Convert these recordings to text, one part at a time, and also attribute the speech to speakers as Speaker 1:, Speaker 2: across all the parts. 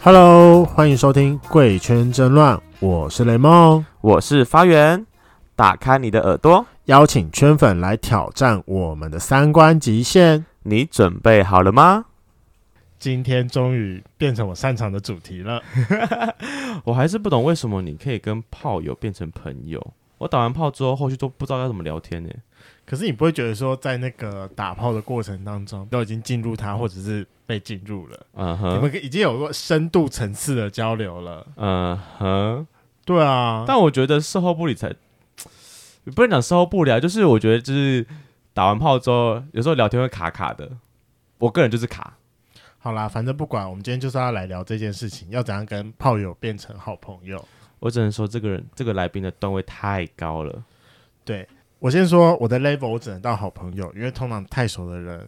Speaker 1: Hello，欢迎收听《贵圈争乱》，我是雷梦，
Speaker 2: 我是发源，打开你的耳朵，
Speaker 1: 邀请圈粉来挑战我们的三观极限。
Speaker 2: 你准备好了吗？
Speaker 1: 今天终于变成我擅长的主题了，
Speaker 2: 我还是不懂为什么你可以跟炮友变成朋友。我打完炮之后，后续都不知道要怎么聊天呢、
Speaker 1: 可是你不会觉得说，在那个打炮的过程当中，都已经进入他，或者是被进入了，
Speaker 2: 嗯
Speaker 1: 你
Speaker 2: 哼，
Speaker 1: 们已经有过深度层次的交流了。
Speaker 2: 嗯哼。
Speaker 1: 对啊，
Speaker 2: 但我觉得事后不理才，也不能讲事后不聊，啊就是我觉得就是打完炮之后，有时候聊天会卡卡的。我个人就是卡，
Speaker 1: 好啦，反正不管，我们今天就是要来聊这件事情，要怎样跟炮友变成好朋友。
Speaker 2: 我只能说这个人这个来宾的段位太高了。
Speaker 1: 对我先说我的 level，我只能到好朋友，因为通常太熟的人，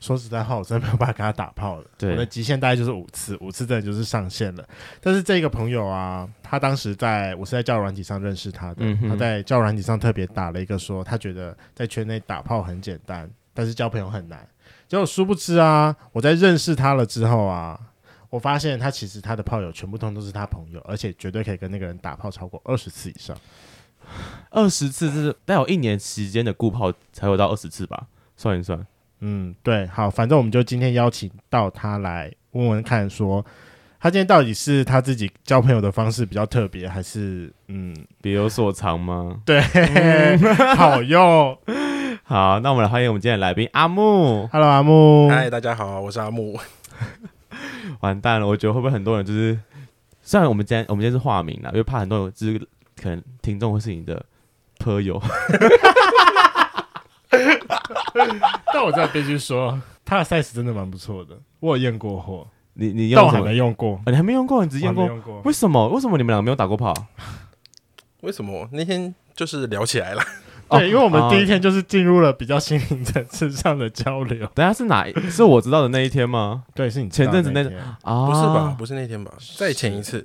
Speaker 1: 说实在话，我真的没有办法跟他打炮了。
Speaker 2: 对
Speaker 1: 我的极限大概就是五次，五次真的就是上限了。但是这个朋友啊，他当时在我是在交友软体上认识他的，
Speaker 2: 嗯哼
Speaker 1: 他在交友软体上特别打了一个说，他觉得在圈内打炮很简单，但是交朋友很难。结果殊不知啊，我在认识他了之后啊。我发现他其实他的炮友全部通都是他朋友，而且绝对可以跟那个人打炮超过二十次以上。
Speaker 2: 二十次，这是带有一年时间的顾炮才有到二十次吧？算一算。
Speaker 1: 嗯，对，好，反正我们就今天邀请到他来问问看说，他今天到底是他自己交朋友的方式比较特别，还是嗯，
Speaker 2: 别有所长吗？
Speaker 1: 对，
Speaker 2: 嗯
Speaker 1: 好用。
Speaker 2: 好，那我们来欢迎我们今天的来宾阿木。
Speaker 1: Hello，阿木，
Speaker 3: 嗨，大家好，我是阿木。
Speaker 2: 完蛋了，我觉得会不会很多人就是，虽然我们今天我们今天是化名啦，因为怕很多人就是可能听众会是你的朋友，
Speaker 1: 但我真的必须说，他的 size 真的蛮不错的，我有验过货，
Speaker 2: 你你
Speaker 1: 但我
Speaker 2: 用
Speaker 1: 还
Speaker 2: 什么？
Speaker 1: 没用过，
Speaker 2: 哦你还没用过，你只
Speaker 1: 我
Speaker 2: 验
Speaker 1: 还没
Speaker 2: 过？
Speaker 1: 用过。
Speaker 2: 为什么？为什么你们两个没有打过炮？
Speaker 3: 为什么那天就是聊起来了？
Speaker 2: 哦
Speaker 1: 对，因为我们第一
Speaker 2: 哦
Speaker 1: 天就是进入了比较心灵层次上的交 流。
Speaker 2: 等一下是哪一？是我知道的那一天吗？
Speaker 1: 对，是你
Speaker 2: 前阵子
Speaker 1: 那
Speaker 2: 那
Speaker 1: 天
Speaker 2: 啊，
Speaker 3: 不是吧？？不是那天吧？再前一次，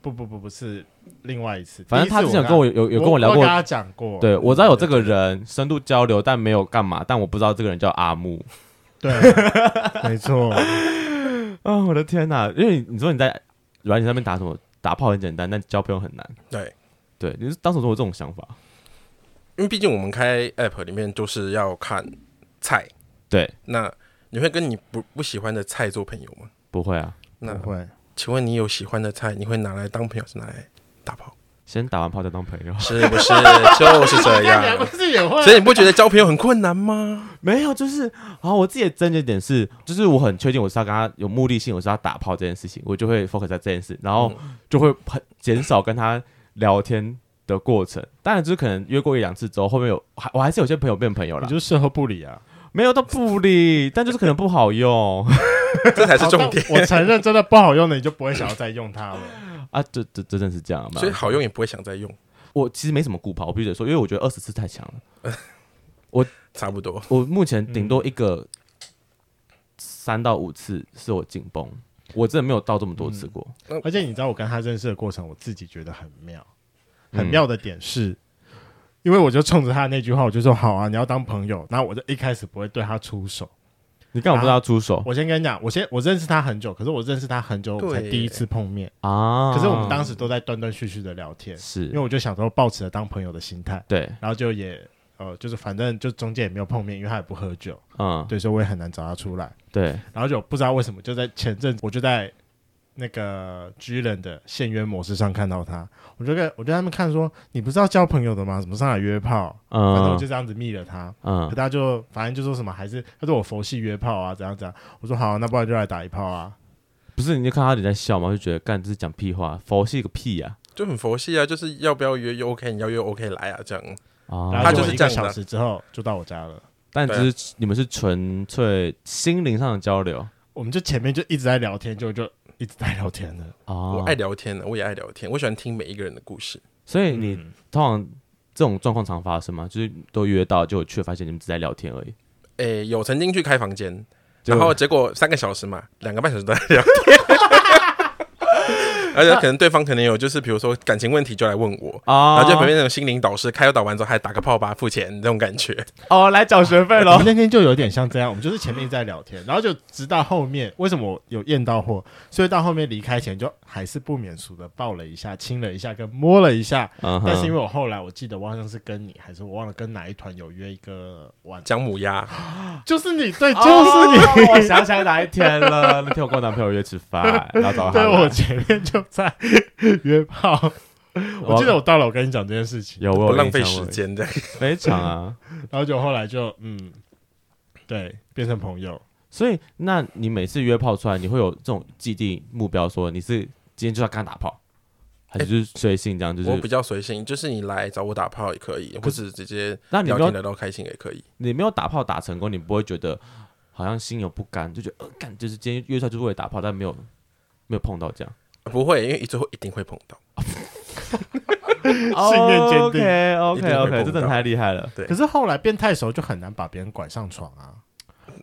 Speaker 1: 不不不不是另外一次，
Speaker 2: 反正他之前有跟我有有有跟
Speaker 1: 我
Speaker 2: 我聊
Speaker 1: 我
Speaker 2: 过
Speaker 1: 跟，他讲过，
Speaker 2: 对我知道有这个人深度交流，但没有干嘛，但我不知道这个人叫阿木。
Speaker 1: 对，没错，
Speaker 2: 啊、我的天哪！因为你你说你在软件上面打什么打炮很简单，但交朋友很难。
Speaker 3: 对，
Speaker 2: 对，你是当时怎么有这种想法？
Speaker 3: 因为毕竟我们开 app 里面就是要看菜，
Speaker 2: 对，
Speaker 3: 那你会跟你不不喜欢的菜做朋友吗？
Speaker 2: 不会啊，
Speaker 3: 那
Speaker 1: 不会。
Speaker 3: 请问你有喜欢的菜，你会拿来当朋友，还是拿来打炮？
Speaker 2: 先打完炮再当朋友。
Speaker 3: 是 不是就是这
Speaker 1: 你
Speaker 3: 样？
Speaker 1: 不是也会？
Speaker 3: 所以你不觉得交朋友很困 难吗？
Speaker 2: 没有，就是啊，我自己的症结点是，就是我很确定我是要跟他有目的性，我是要打炮这件事情，我就会 focus 在这件事，然后
Speaker 1: 嗯
Speaker 2: 就会很减少跟他聊天的过程。当然，就是可能约过一两次之后，后面有还我还是有些朋友变朋友
Speaker 1: 你
Speaker 2: 了，
Speaker 1: 就事后不理啊，
Speaker 2: 没有到不理，但就是可能不好用
Speaker 3: 这才是重点。
Speaker 1: 好但我承认真的不好用的，你就不会想要再用它 了。
Speaker 2: 啊。这这这真的是这样，
Speaker 3: 所以好用也不会想再用，
Speaker 2: 我其实没什么顾跑，我必须得说，因为我觉得二十次太强了。
Speaker 3: 差不多。
Speaker 2: 我目前
Speaker 1: 嗯
Speaker 2: 顶多一个三到五次是我紧绷，我真的没有到这么多次
Speaker 1: 嗯
Speaker 2: 过。
Speaker 1: 而且你知道我跟他认识的过程，我自己觉得很妙，
Speaker 2: 嗯
Speaker 1: 很妙的点是。因为我就冲着他那句话，我就说好啊，你要当朋友。然后我就一开始不会对他出手。
Speaker 2: 你干嘛不知道出手
Speaker 1: 我先跟你讲，我先我认识他很久，可是我认识他很久，我才
Speaker 3: 对
Speaker 1: 第一次碰面。
Speaker 2: 啊？
Speaker 1: 可是我们当时都在断断续续的聊天，因为
Speaker 2: 是，
Speaker 1: 我就想说抱持着当朋友的心态，
Speaker 2: 对，
Speaker 1: 然后就也呃就是反正就中间也没有碰面，因为他也不喝酒，
Speaker 2: 嗯，
Speaker 1: 对，所以我也很难找他出来。
Speaker 2: 对，
Speaker 1: 然后就不知道为什么，就在前阵子我就在那个 G 人的限约模式上看到他，我就跟我就在他们看说，你不是要交朋友的吗？怎么上来约炮？反正我就
Speaker 2: 嗯
Speaker 1: 这样子密了他，可
Speaker 2: 嗯，
Speaker 1: 他就反正就说什么还是他说我佛系约炮啊，怎样怎样。我说好啊、那不然就来打一炮啊。
Speaker 2: 不是，你就看他脸在笑嘛，就觉得干这是讲屁话，佛系个屁呀！
Speaker 3: 就很佛系啊，就是要不要约就 OK，你要约 OK 来啊，这样。
Speaker 1: 然
Speaker 2: 啊，
Speaker 1: 后
Speaker 3: 他
Speaker 1: 结
Speaker 3: 就
Speaker 1: 果
Speaker 3: 是
Speaker 1: 一
Speaker 3: 这
Speaker 1: 个
Speaker 3: 样的
Speaker 1: 小时之后就到我家了。
Speaker 2: 但只是你们是纯粹心灵上的交流
Speaker 1: 我们就前面就一直在聊天，就就一直在聊天的。
Speaker 2: 啊
Speaker 3: 我。爱聊天的，我也爱聊天，我喜欢听每一个人的故事。
Speaker 2: 所以你
Speaker 1: 嗯
Speaker 2: 通常这种状况常发生吗？就是都约到，结果去了发现你们只在聊天而已。
Speaker 3: 诶、有曾经去开房间，
Speaker 2: 结
Speaker 3: 然
Speaker 2: 果
Speaker 3: 后结果三个小时嘛，两个半小时都在聊。而且可能对方可能有就是比如说感情问题就来问我，
Speaker 2: 啊，
Speaker 3: 然后就旁边那种心灵导师，开导完之后还打个炮吧付钱那种感觉。
Speaker 2: 哦来缴学费
Speaker 1: 哎我
Speaker 2: 喽
Speaker 1: 们。那天就有点像这样，我们就是前面一直在聊天，然后就直到后面，为什么我有验到货？所以到后面离开前就还是不免俗的抱了一下、亲了一下、跟摸了一下。
Speaker 2: 嗯哼
Speaker 1: 但是因为我后来我记得我好像是跟你，还是我忘了跟哪一团有约一个晚，
Speaker 3: 姜母鸭，
Speaker 1: 就是你对，就是你。
Speaker 2: 哦我想起来哪一天了，那天我跟我男朋友约吃饭，然后找他
Speaker 1: 对
Speaker 2: 来。
Speaker 1: 我前面就在约炮，我记得我到了，我跟你讲这件事情，
Speaker 2: 有我有
Speaker 3: 不浪费
Speaker 2: 印象
Speaker 3: 时，间的。
Speaker 2: 我非常啊。
Speaker 1: 然后就后来就嗯，对，变成朋友。
Speaker 2: 所以，那你每次约炮出来，你会有这种既定目标，说你是今天就要跟他打炮，还是就是随性这样？就是
Speaker 3: 我比较随性，就是你来找我打炮也可以，或是直接
Speaker 2: 那你
Speaker 3: 聊
Speaker 2: 没有
Speaker 3: 天聊到开心也可以。
Speaker 2: 你没有打炮打成功，你不会觉得好像心有不甘，就觉得呃干，就是今天约出来就是为了打炮，但没有没有碰到这样。
Speaker 3: 不会，因为最后一定会碰到。
Speaker 1: 信念坚定
Speaker 2: OK OK
Speaker 3: 一定会碰
Speaker 2: OK，
Speaker 3: 到
Speaker 2: 这哦真的太厉害了。
Speaker 3: 对
Speaker 1: 可是后来变太熟，就很难把别人拐上床啊。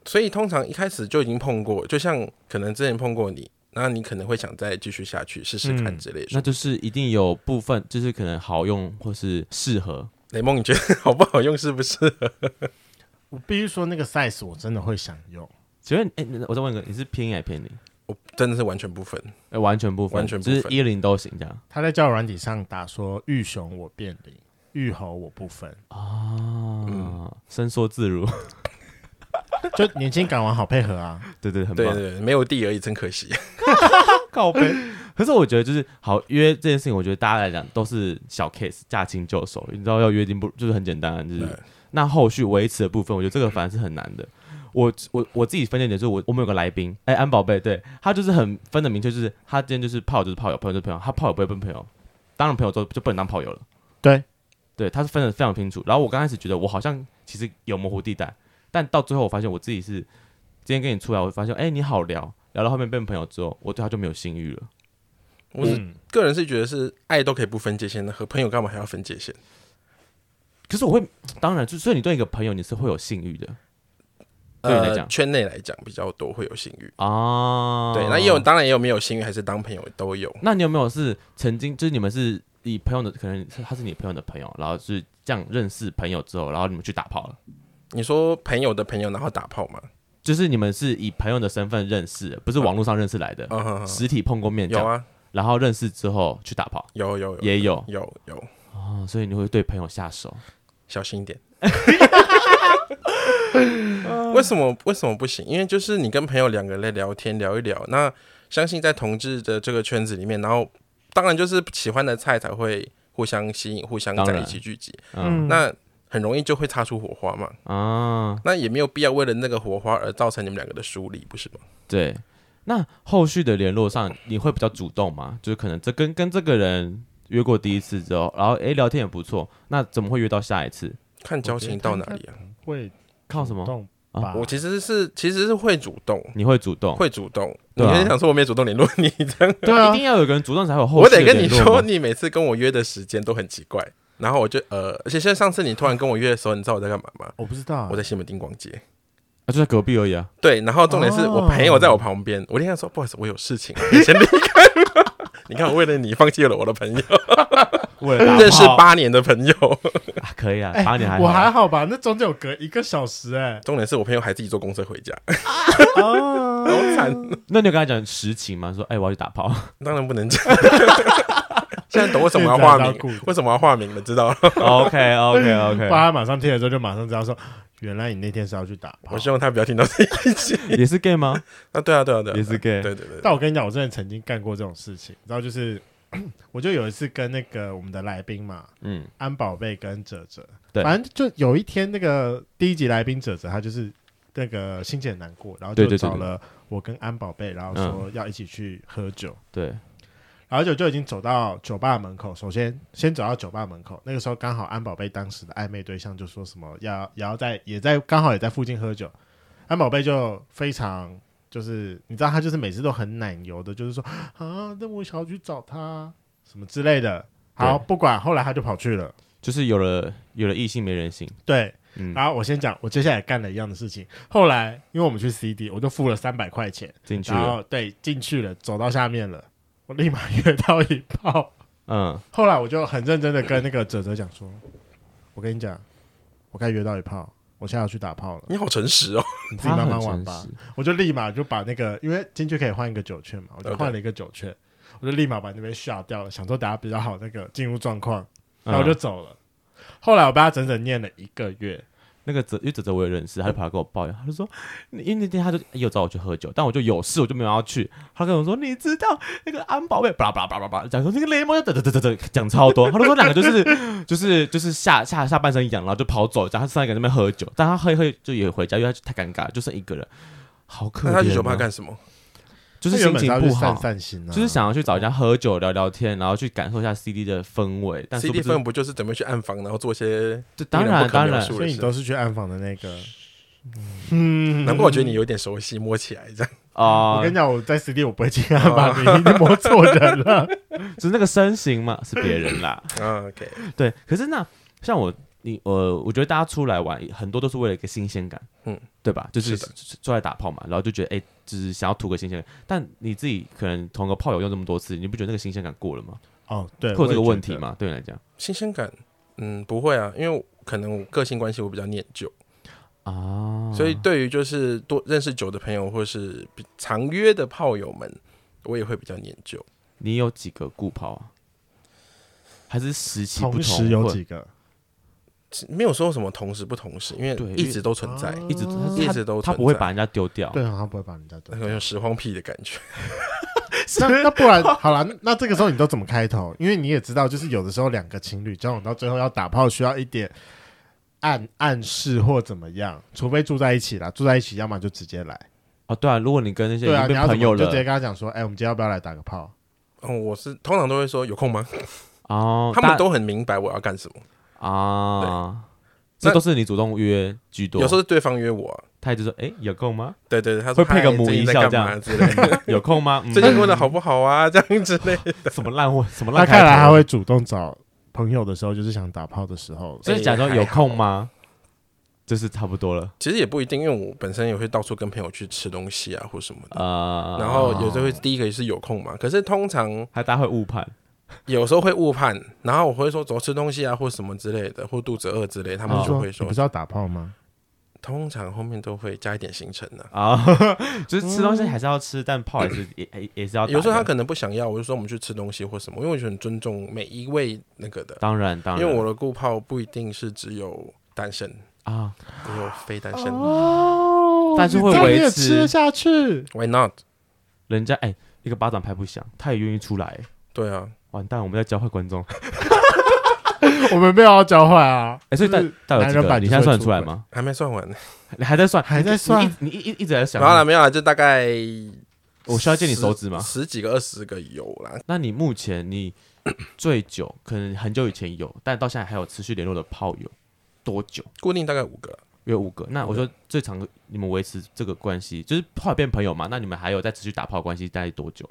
Speaker 3: 所以通常一开始就已经碰过，就像可能之前碰过你，那你可能会想再继续下去试试看
Speaker 1: 嗯
Speaker 3: 之类的。
Speaker 2: 那就是一定有部分，就是可能好用或是适合。
Speaker 3: 雷梦，你觉得好不好用？是不是？
Speaker 1: 我必须说，那个 size 我真的会想用。
Speaker 2: 请问，哎、我再问一个，你是偏一还是偏零？
Speaker 3: 我真的是完全 不分。
Speaker 2: 哎、完全不分，
Speaker 3: 完全不
Speaker 2: 就
Speaker 3: 分
Speaker 2: 是一零都行这样。
Speaker 1: 他在交友软体上打说：“玉熊我变零，玉猴我不分。
Speaker 2: 啊，
Speaker 3: 嗯
Speaker 2: 伸缩自如，”
Speaker 1: 就年轻港玩好配合啊！
Speaker 2: 对对，很
Speaker 3: 对
Speaker 2: 棒
Speaker 3: 对，对，没有地而已，真可惜。
Speaker 2: 告白。可是我觉得就是好约这件事情，我觉得大家来讲都是小 case，驾轻就熟。你知道要约定不就是很简单，就是
Speaker 3: 对
Speaker 2: 那后续维持的部分，我觉得这个反而是很难的。我我我自己分辨点就是我我们有个来宾，哎、安宝贝，对他就是很分的明确，就是他今天就是炮友就是炮友，朋友就是朋友，他炮友不会变朋友，当然朋友就就不能当炮友了。
Speaker 1: 对
Speaker 2: 对，他是分的非常清楚。然后我刚开始觉得我好像其实有模糊地带，但到最后我发现我自己是今天跟你出来，我发现哎、你好聊，聊到后面变朋友之后，我对他就没有性欲了。
Speaker 3: 我是
Speaker 2: 嗯
Speaker 3: 个人是觉得是爱都可以不分界限的，和朋友干嘛还要分界限？
Speaker 2: 可是我会，当然，就所以你对一个朋友你是会有性欲的对你来
Speaker 3: 呃，
Speaker 2: 讲
Speaker 3: 圈内来讲比较多会有性欲。
Speaker 2: 啊。
Speaker 3: 对，那也有，当然也有没有性欲，还是当朋友都有。
Speaker 2: 那你有没有是曾经就是你们是以朋友的，可能是他是你朋友的朋友，然后是这样认识朋友之后，然后你们去打炮了，
Speaker 3: 你说朋友的朋友，然后打炮嘛？
Speaker 2: 就是你们是以朋友的身份认识，不是网络上认识来的，
Speaker 3: 嗯哼哼
Speaker 2: 实体碰过面这
Speaker 3: 有
Speaker 2: 样，
Speaker 3: 啊，呃
Speaker 2: 然后认识之后去打炮
Speaker 3: 有有有
Speaker 2: 也有
Speaker 3: 有有，
Speaker 2: 哦，所以你会对朋友下手。
Speaker 3: 小心 一点。为什么为什么不行？因为就是你跟朋友两个人在聊天聊一聊，那相信在同志的这个圈子里面，然后当然就是喜欢的菜才会互相吸引，互相
Speaker 2: 当
Speaker 3: 在
Speaker 2: 然
Speaker 3: 一起聚集，
Speaker 2: 嗯
Speaker 3: 那很容易就会擦出火花嘛。
Speaker 2: 啊，
Speaker 3: 那也没有必要为了那个火花而造成你们两个的疏离，不是吗？
Speaker 2: 对。那后续的联络上，你会比较主动吗？就是可能这跟跟这个人约过第一次之后，然后诶、聊天也不错，那怎么会约到下一次？
Speaker 3: 看交情到哪里啊？
Speaker 1: 会
Speaker 2: 靠什么？
Speaker 1: 动
Speaker 2: 啊
Speaker 1: 吧？
Speaker 3: 我其实是其实是会主动，
Speaker 2: 你会主动？
Speaker 3: 会主动。你
Speaker 2: 对啊
Speaker 3: 先想说我没有主动联络你这样，
Speaker 1: 对啊
Speaker 2: 一定要有个人主动才有后
Speaker 3: 我
Speaker 2: 续的
Speaker 3: 得跟你
Speaker 2: 联络
Speaker 3: 说，
Speaker 2: 嘛
Speaker 3: 你每次跟我约的时间都很奇怪。然后我就呃，而且像上次你突然跟我约的时候，你知道我在干嘛吗？
Speaker 1: 我不知道啊，
Speaker 3: 我在西门町逛街。
Speaker 2: 啊，就在隔壁而已啊。
Speaker 3: 对，然后重点是
Speaker 1: 哦
Speaker 3: 我朋友在我旁边，我跟他说不好意思，我有事情，啊你先离开吧。 你看，我为了你放弃了我的朋友，
Speaker 2: 为了打炮
Speaker 3: 认识八年的朋友。、
Speaker 2: 啊可以啊，
Speaker 1: 哎
Speaker 2: 八年还好
Speaker 1: 我还好吧？那中间有隔一个小时哎
Speaker 3: 重点是我朋友还自己坐公车回家，
Speaker 1: 哦，
Speaker 3: 好 惨。
Speaker 2: 那你有跟他讲实情吗？说哎、我要去打 炮，
Speaker 3: 当然不能讲。 现在懂为什么要化
Speaker 1: 现在比较
Speaker 3: 名
Speaker 1: 酷，
Speaker 3: 为什么要化名了？知道了。
Speaker 2: OK OK
Speaker 1: 不
Speaker 2: OK，
Speaker 1: 然他马上听了之后就马上知道说，原来你那天是要去打炮
Speaker 3: 我。希望他不要听到这一集。
Speaker 2: 也是 gay 吗？
Speaker 3: 啊，对啊，对啊，对啊，
Speaker 2: 也是 gay
Speaker 3: 对对对。
Speaker 1: 但我跟你讲，我真的曾经干过这种事情，然后就是 我就有一次跟那个我们的来宾嘛，
Speaker 2: 嗯，
Speaker 1: 安宝贝跟哲哲，
Speaker 2: 对
Speaker 1: 反正就有一天那个第一集来宾哲哲，他就是那个心情很难过，然后
Speaker 2: 对
Speaker 1: 就
Speaker 2: 对对嗯
Speaker 1: 找
Speaker 2: 对
Speaker 1: 了我跟安宝贝，然后说要一起去喝酒，
Speaker 2: 对，
Speaker 1: 然后就就已经走到酒吧门口，首先先走到酒吧门口，那个时候刚好安宝贝当时的暧昧对象就说什么要也要在也在刚好也在附近喝酒，安宝贝就非常。就是你知道他就是每次都很奶油的，就是说啊，那我想要去找他什么之类的。好，
Speaker 2: 对
Speaker 1: 不管，后来他就跑去了。
Speaker 2: 就是有了有了异性没人性，
Speaker 1: 对，
Speaker 2: 嗯，
Speaker 1: 然后我先讲，我接下来干了一样的事情。后来因为我们去 CD，我就付了三百块钱，
Speaker 2: 进去
Speaker 1: 然
Speaker 2: 了，
Speaker 1: 后对进去了，走到下面了，我立马约到一炮。
Speaker 2: 嗯，
Speaker 1: 后来我就很认真的跟那个哲哲讲说，我跟你讲，我该约到一炮，我现在要去打炮了，
Speaker 3: 你好诚实哦，
Speaker 1: 你自己
Speaker 2: 他
Speaker 1: 慢
Speaker 2: 很
Speaker 1: 慢玩
Speaker 2: 诚
Speaker 1: 吧
Speaker 2: 实。，
Speaker 1: 我就立马就把那个，因为进去可以换一个酒券嘛，我就
Speaker 3: OK
Speaker 1: 换了一个酒券，我就立马把那边下掉了，想说大家比较好那个进入状况，然后我就
Speaker 2: 嗯
Speaker 1: 走了。后来我被他整整念了一个月，
Speaker 2: 那个泽，因为泽泽我也认识，他就跑来跟我抱怨，他就说，因为那天他就有找我去喝酒，但我就有事，我就没有要去。他跟我说，你知道那个安保卫，巴拉巴拉巴拉巴拉，讲说那个雷蒙，等等等等等，讲超多。他就说两个就是就是就是下下下半身痒，然后就跑走，然后他上一个在那边喝酒，但他喝一喝就也回家，因为他太尴尬，就剩一个人，好可怜、
Speaker 3: 那
Speaker 2: 哦。
Speaker 3: 他去酒吧干什么？
Speaker 2: 就是
Speaker 1: 他原本
Speaker 2: 心情
Speaker 1: 要去
Speaker 2: 不好
Speaker 1: 散，散心啊，
Speaker 2: 就是想要去找人家喝酒聊聊天，然后去感受一下 CD 的氛围。但是
Speaker 3: CD 分不就是准备去暗房，然后做一些
Speaker 2: 当
Speaker 3: 令人
Speaker 2: 然
Speaker 3: 不可
Speaker 2: 当
Speaker 3: 描
Speaker 2: 然，
Speaker 3: 述
Speaker 1: 所
Speaker 3: 的
Speaker 1: 以你
Speaker 3: 事？
Speaker 1: 都是去暗访的那个。嗯，
Speaker 3: 难怪我觉得你有点熟悉，摸起来这样。
Speaker 2: 啊，
Speaker 1: 我跟你讲，我在实地我不会进暗访，你一定摸错人了。
Speaker 2: 就是那个身形嘛，是别人啦。
Speaker 3: 嗯，OK，
Speaker 2: 对，可是那像我，你呃，我觉得大家出来玩很多都是为了一个新鲜感，
Speaker 3: 嗯
Speaker 2: 嗯，对吧？就是
Speaker 3: 是的
Speaker 2: 出来打炮嘛，然后就觉得哎、就是想要图个新鲜感。但你自己可能同个炮友用这么多次，你不觉得那个新鲜感过了吗？
Speaker 1: 哦，对，
Speaker 2: 会有这个
Speaker 1: 我也
Speaker 2: 问
Speaker 1: 觉
Speaker 2: 题
Speaker 1: 得？
Speaker 2: 吗？对你来讲
Speaker 3: 新鲜感，嗯，不会啊，因为可能我个性关系我比较念旧，
Speaker 2: 啊，
Speaker 3: 所以对于就是多认识久的朋友或是比常约的炮友们，我也会比较念旧。
Speaker 2: 你有几个顾炮啊？还是时期不
Speaker 1: 同
Speaker 2: 同，
Speaker 1: 时有
Speaker 2: 或
Speaker 1: 几个？
Speaker 3: 没有说什么同时不同时，因为
Speaker 2: 对
Speaker 3: 一直都存在，
Speaker 2: 一直他
Speaker 3: 一
Speaker 2: 他
Speaker 3: 直都
Speaker 2: 他
Speaker 3: 存
Speaker 2: 不会
Speaker 3: 在
Speaker 2: 把人家丢掉，
Speaker 1: 对，好像不会把人家对
Speaker 3: 那。种有拾荒癖的感觉。
Speaker 1: 那那不 然好了，那这个时候你都怎么开头？因为你也知道，就是有的时候两个情侣交往到最后要打炮，需要一点暗暗示或怎么样，除非住在一起啦，住在一起，要么就直接来。
Speaker 2: 哦，对啊，如果你跟那些
Speaker 1: 对
Speaker 2: 已
Speaker 1: 啊，
Speaker 2: 经
Speaker 1: 你
Speaker 2: 变
Speaker 1: 要怎
Speaker 2: 朋
Speaker 1: 么
Speaker 2: 友
Speaker 1: 就直接
Speaker 2: 了
Speaker 1: 跟他讲说，哎，我们今天要不要来打个炮？
Speaker 3: 嗯，我是通常都会说有空吗？
Speaker 2: 哦，
Speaker 3: 他们
Speaker 2: 大
Speaker 3: 都很明白我要干什么。
Speaker 2: 啊，
Speaker 3: 那
Speaker 2: 这都是你主动约居多。
Speaker 3: 有时候是对方约我啊、
Speaker 2: 他也就说，哎，有空 吗？
Speaker 3: 对对对，他说
Speaker 2: 会配个
Speaker 3: 嗨
Speaker 2: 母
Speaker 3: 最近
Speaker 2: 一
Speaker 3: 在
Speaker 2: 笑
Speaker 3: 干
Speaker 2: 这样
Speaker 3: 嘛之类的，
Speaker 2: 有空吗？嗯
Speaker 3: 最 近过得好不好啊？这样之类的。
Speaker 2: 什么烂货，什么
Speaker 1: 那
Speaker 2: 烂
Speaker 1: 看来他
Speaker 2: 头
Speaker 1: 会主动找朋友的时候，就是想打炮的时候，
Speaker 2: 所以假装
Speaker 3: 哎
Speaker 2: 有
Speaker 3: 还好
Speaker 2: 空吗？就是差不多了，
Speaker 3: 其实也不一定，因为我本身也会到处跟朋友去吃东西啊，或什么的。
Speaker 2: 呃，
Speaker 3: 然后有时候会第一个是有空嘛，可是通常
Speaker 2: 还大家会误判，
Speaker 3: 有时候会误判，然后我会说走吃东西啊，或什么之类的，或肚子饿之类，他们
Speaker 1: 你
Speaker 2: 哦
Speaker 3: 就
Speaker 1: 说
Speaker 3: 会
Speaker 1: 你
Speaker 3: 说
Speaker 1: 不，是要打炮吗？
Speaker 3: 通常后面都会加一点行程的、
Speaker 2: 啊， 就是吃东西还是要吃，但炮也是也也也是要打的。
Speaker 3: 嗯有时候他可能不想要，我就说我们去吃东西或什么，因为我就很尊重每一位那个的，
Speaker 2: 当然当
Speaker 3: 因
Speaker 2: 然，
Speaker 3: 为我的顾炮不一定是只有单身，
Speaker 2: 啊，
Speaker 3: 也有非单身。
Speaker 1: 哦
Speaker 2: 但是会
Speaker 1: 你
Speaker 2: 维
Speaker 1: 也
Speaker 2: 持
Speaker 1: 吃得下 去。
Speaker 3: Why not？
Speaker 2: 人家哎一个巴掌拍不响，他也愿意出来，
Speaker 3: 对啊，
Speaker 2: 完蛋，我们在教坏观众。
Speaker 1: 我们没有要交换啊，
Speaker 2: 哎，所以
Speaker 1: 就
Speaker 2: 带
Speaker 1: 是
Speaker 2: 带有
Speaker 1: 男
Speaker 2: 几
Speaker 1: 人
Speaker 2: 个？
Speaker 1: 版
Speaker 2: 你
Speaker 1: 就是
Speaker 2: 现在算
Speaker 1: 会
Speaker 2: 得出来
Speaker 1: 出轨
Speaker 2: 吗？
Speaker 3: 还没算完呢。
Speaker 2: 你还在算，
Speaker 1: 还在
Speaker 2: 你
Speaker 1: 算
Speaker 2: 一你一一一直在想
Speaker 3: 然后
Speaker 2: 那
Speaker 3: 了
Speaker 2: 个。
Speaker 3: 没有啊？就大概
Speaker 2: 我需要见你手指吗？
Speaker 3: 十几个、二十个有啦。
Speaker 2: 那你目前你最久可能很久以前有，但到现在还有持续联络的炮友多久？
Speaker 3: 固定大概五个，
Speaker 2: 约五个。那我说最长你们维持这个关系，就是炮友变朋友嘛？那你们还有在持续打炮的关系大概多久？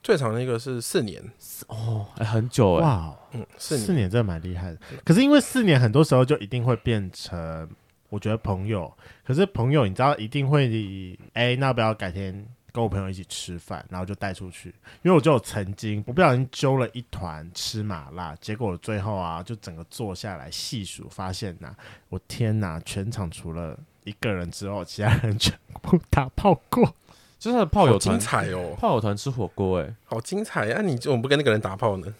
Speaker 3: 最长的一个是四年，
Speaker 2: 哦，哎很久哎、
Speaker 1: 哇哦，
Speaker 3: 嗯，四
Speaker 1: 四
Speaker 3: 年。
Speaker 1: 年真的蛮厉害的。可是因为四年很多时候就一定会变成，我觉得朋友。可是朋友，你知道一定会，哎、那不要改天跟我朋友一起吃饭，然后就带出去。因为我就有曾经我不小心揪了一团吃麻辣，结果我最后啊，就整个坐下来细数，发现呐、我天呐，全场除了一个人之后，其他人全部打炮过。
Speaker 2: 就是他的炮友
Speaker 3: 好精
Speaker 2: 团，
Speaker 3: 彩哦，
Speaker 2: 炮友团吃火锅哎、
Speaker 3: 好精彩啊！你怎么不跟那个人打炮呢？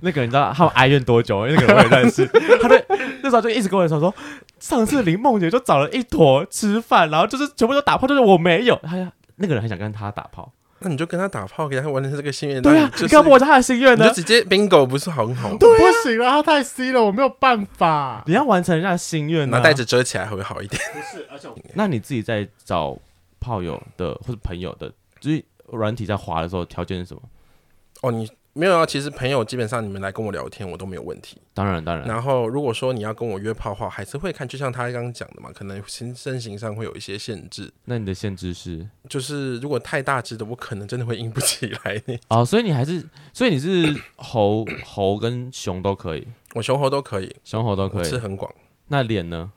Speaker 2: 那个人你知道他们哀怨多久？因为那个人我也认识， 他对那时候就一直跟我说说，上次林梦姐就找了一坨吃饭，然后就是全部都打炮，就是我没有，他哎那个人很想跟他打炮，
Speaker 3: 那你就跟他打炮，给他完成这个心愿。
Speaker 2: 对啊
Speaker 3: 让，你
Speaker 2: 你
Speaker 3: 就是
Speaker 2: 干嘛我他的心愿
Speaker 3: 你
Speaker 2: 呢啊
Speaker 3: 就？直接 bingo 不是很好吗？
Speaker 1: 不行了，他太 C 了，我没有办法。
Speaker 2: 你要完成人家的心愿呢、
Speaker 3: 拿袋子遮起来会不会好一点？
Speaker 2: 那你自己在找炮友的或者朋友的，就是软体在滑的时候，条件是什么？
Speaker 3: 哦，你没有啊？其实朋友基本上你们来跟我聊天，我都没有问题。
Speaker 2: 当然，当然，
Speaker 3: 然后如果说你要跟我约炮的话，还是会看，就像他刚刚讲的嘛，可能身身形上会有一些限制。
Speaker 2: 那你的限制是
Speaker 3: 就是如果太大只的，我可能真的会硬不起来。
Speaker 2: 哦，所以你还是，所以你是 猴猴跟熊都可以，
Speaker 3: 我熊猴都可以，
Speaker 2: 熊猴都
Speaker 3: 我
Speaker 2: 可
Speaker 3: 吃
Speaker 2: 以。
Speaker 3: 很广。
Speaker 2: 那脸呢？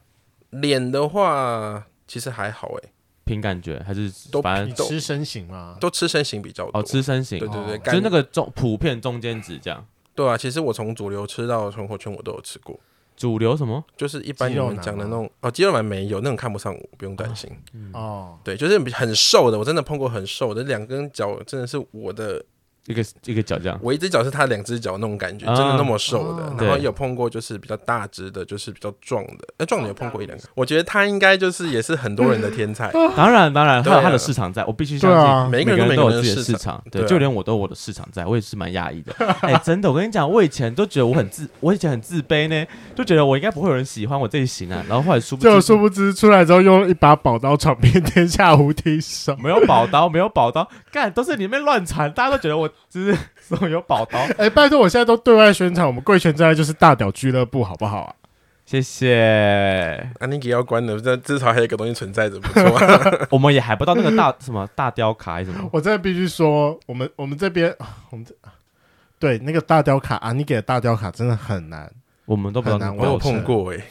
Speaker 3: 脸的话，其实还好诶，
Speaker 2: 凭感觉还是
Speaker 3: 都
Speaker 2: 反
Speaker 1: 你
Speaker 2: 正
Speaker 3: 都
Speaker 1: 吃身形吗？
Speaker 3: 都吃身形比较多。
Speaker 2: 哦吃身形，
Speaker 3: 对对对，
Speaker 1: 哦
Speaker 2: 就是
Speaker 3: 干
Speaker 2: 那个中普遍中间值这样。
Speaker 3: 对啊，其实我从主流吃到存活圈我都有吃过，
Speaker 2: 主流什么？
Speaker 3: 就是一般
Speaker 1: 肌
Speaker 3: 你
Speaker 1: 肉
Speaker 3: 们
Speaker 1: 男
Speaker 3: 讲的那
Speaker 1: 吗
Speaker 3: 种哦，肌肉男没有那种看不上我，不用担心。
Speaker 1: 哦，
Speaker 3: 对，就是很瘦的，我真的碰过很瘦的，两根脚真的是我的，
Speaker 2: 一个一个脚这样。
Speaker 3: 我一只脚是他两只脚那种感觉，
Speaker 2: 啊
Speaker 3: 真的那么瘦的。
Speaker 1: 哦
Speaker 3: 然后
Speaker 2: 对
Speaker 3: 有碰过就是比较大只的，就是比较壮的，那壮的有碰过一
Speaker 1: 哦
Speaker 3: 两个。我觉得他应该就是也是很多人的 天才，
Speaker 2: 当然当然，
Speaker 3: 对
Speaker 2: 他
Speaker 3: 啊
Speaker 2: 有他的市场在，我必须相
Speaker 1: 对
Speaker 2: 信。
Speaker 1: 啊，
Speaker 3: 每
Speaker 2: 每
Speaker 3: 个人都
Speaker 2: 人
Speaker 3: 有
Speaker 2: 有
Speaker 3: 人
Speaker 2: 自己
Speaker 3: 的
Speaker 2: 的市
Speaker 3: 市场。
Speaker 2: 场，
Speaker 3: 对啊
Speaker 2: 就连我都有我的市场在，我也是蛮讶异的。 哎，真的，我跟你讲，我以前都觉得我很自，我以前很自卑呢，就觉得我应该不会有人喜欢我这一型啊。然后后来殊不
Speaker 1: 就
Speaker 2: 知
Speaker 1: 殊不知出来之后，用一把宝刀闯遍天下无敌手。
Speaker 2: 没有宝刀，没有宝刀，干都是你们乱传，大家都觉得我就是 说有宝刀。
Speaker 1: 哎、拜托，我现在都对外宣传，我们贵圈真爱就是大屌俱乐部，好不好啊？
Speaker 2: 谢谢，
Speaker 3: 啊，你给要关了，这至少还有一个东西存在着，不错。啊
Speaker 2: 我们也还不到那个大什么大雕卡还是什么。
Speaker 1: 我真的必须说，我们我们这边， 我们这对那个大雕卡啊，你给的大雕卡真的很难。
Speaker 2: 我们都不知道那个
Speaker 1: 很难
Speaker 2: 标
Speaker 3: 我有
Speaker 1: 玩
Speaker 2: 准。
Speaker 3: 碰过哎、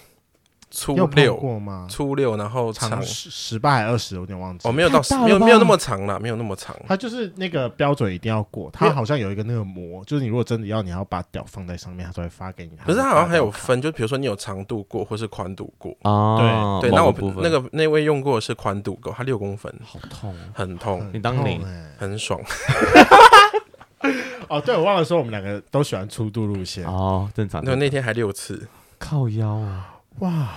Speaker 3: 初
Speaker 1: 你有碰
Speaker 3: 六
Speaker 1: 过吗？
Speaker 3: 初六，然后
Speaker 1: 长
Speaker 3: 长
Speaker 1: 十十八还二十，我有点忘记。
Speaker 3: 哦，没有到
Speaker 2: 太大了
Speaker 3: 没有没有那
Speaker 2: 吧
Speaker 3: 么长啦，没有那么长。
Speaker 1: 它就是那个标准一定要过，它好像有一个那个膜，就是你如果真的要，你要把屌放在上面，它才会发给你。
Speaker 3: 可是
Speaker 1: 它
Speaker 3: 它好像还有
Speaker 1: 大雕卡
Speaker 3: 分，就比如说你有长度过或是宽度过。
Speaker 2: 啊，
Speaker 3: 对，
Speaker 2: 某
Speaker 3: 那我
Speaker 2: 部分
Speaker 3: 那个那位用过的是宽度够，它六公分，
Speaker 2: 好痛哦，
Speaker 3: 很痛，
Speaker 2: 你当
Speaker 1: 很
Speaker 2: 零
Speaker 1: 痛欸
Speaker 3: 很爽。
Speaker 1: 哦，对，我忘了说我们两个都喜欢粗度路线。
Speaker 2: 哦，正常。
Speaker 3: 那那天还六次，
Speaker 2: 靠腰啊！
Speaker 1: 哇，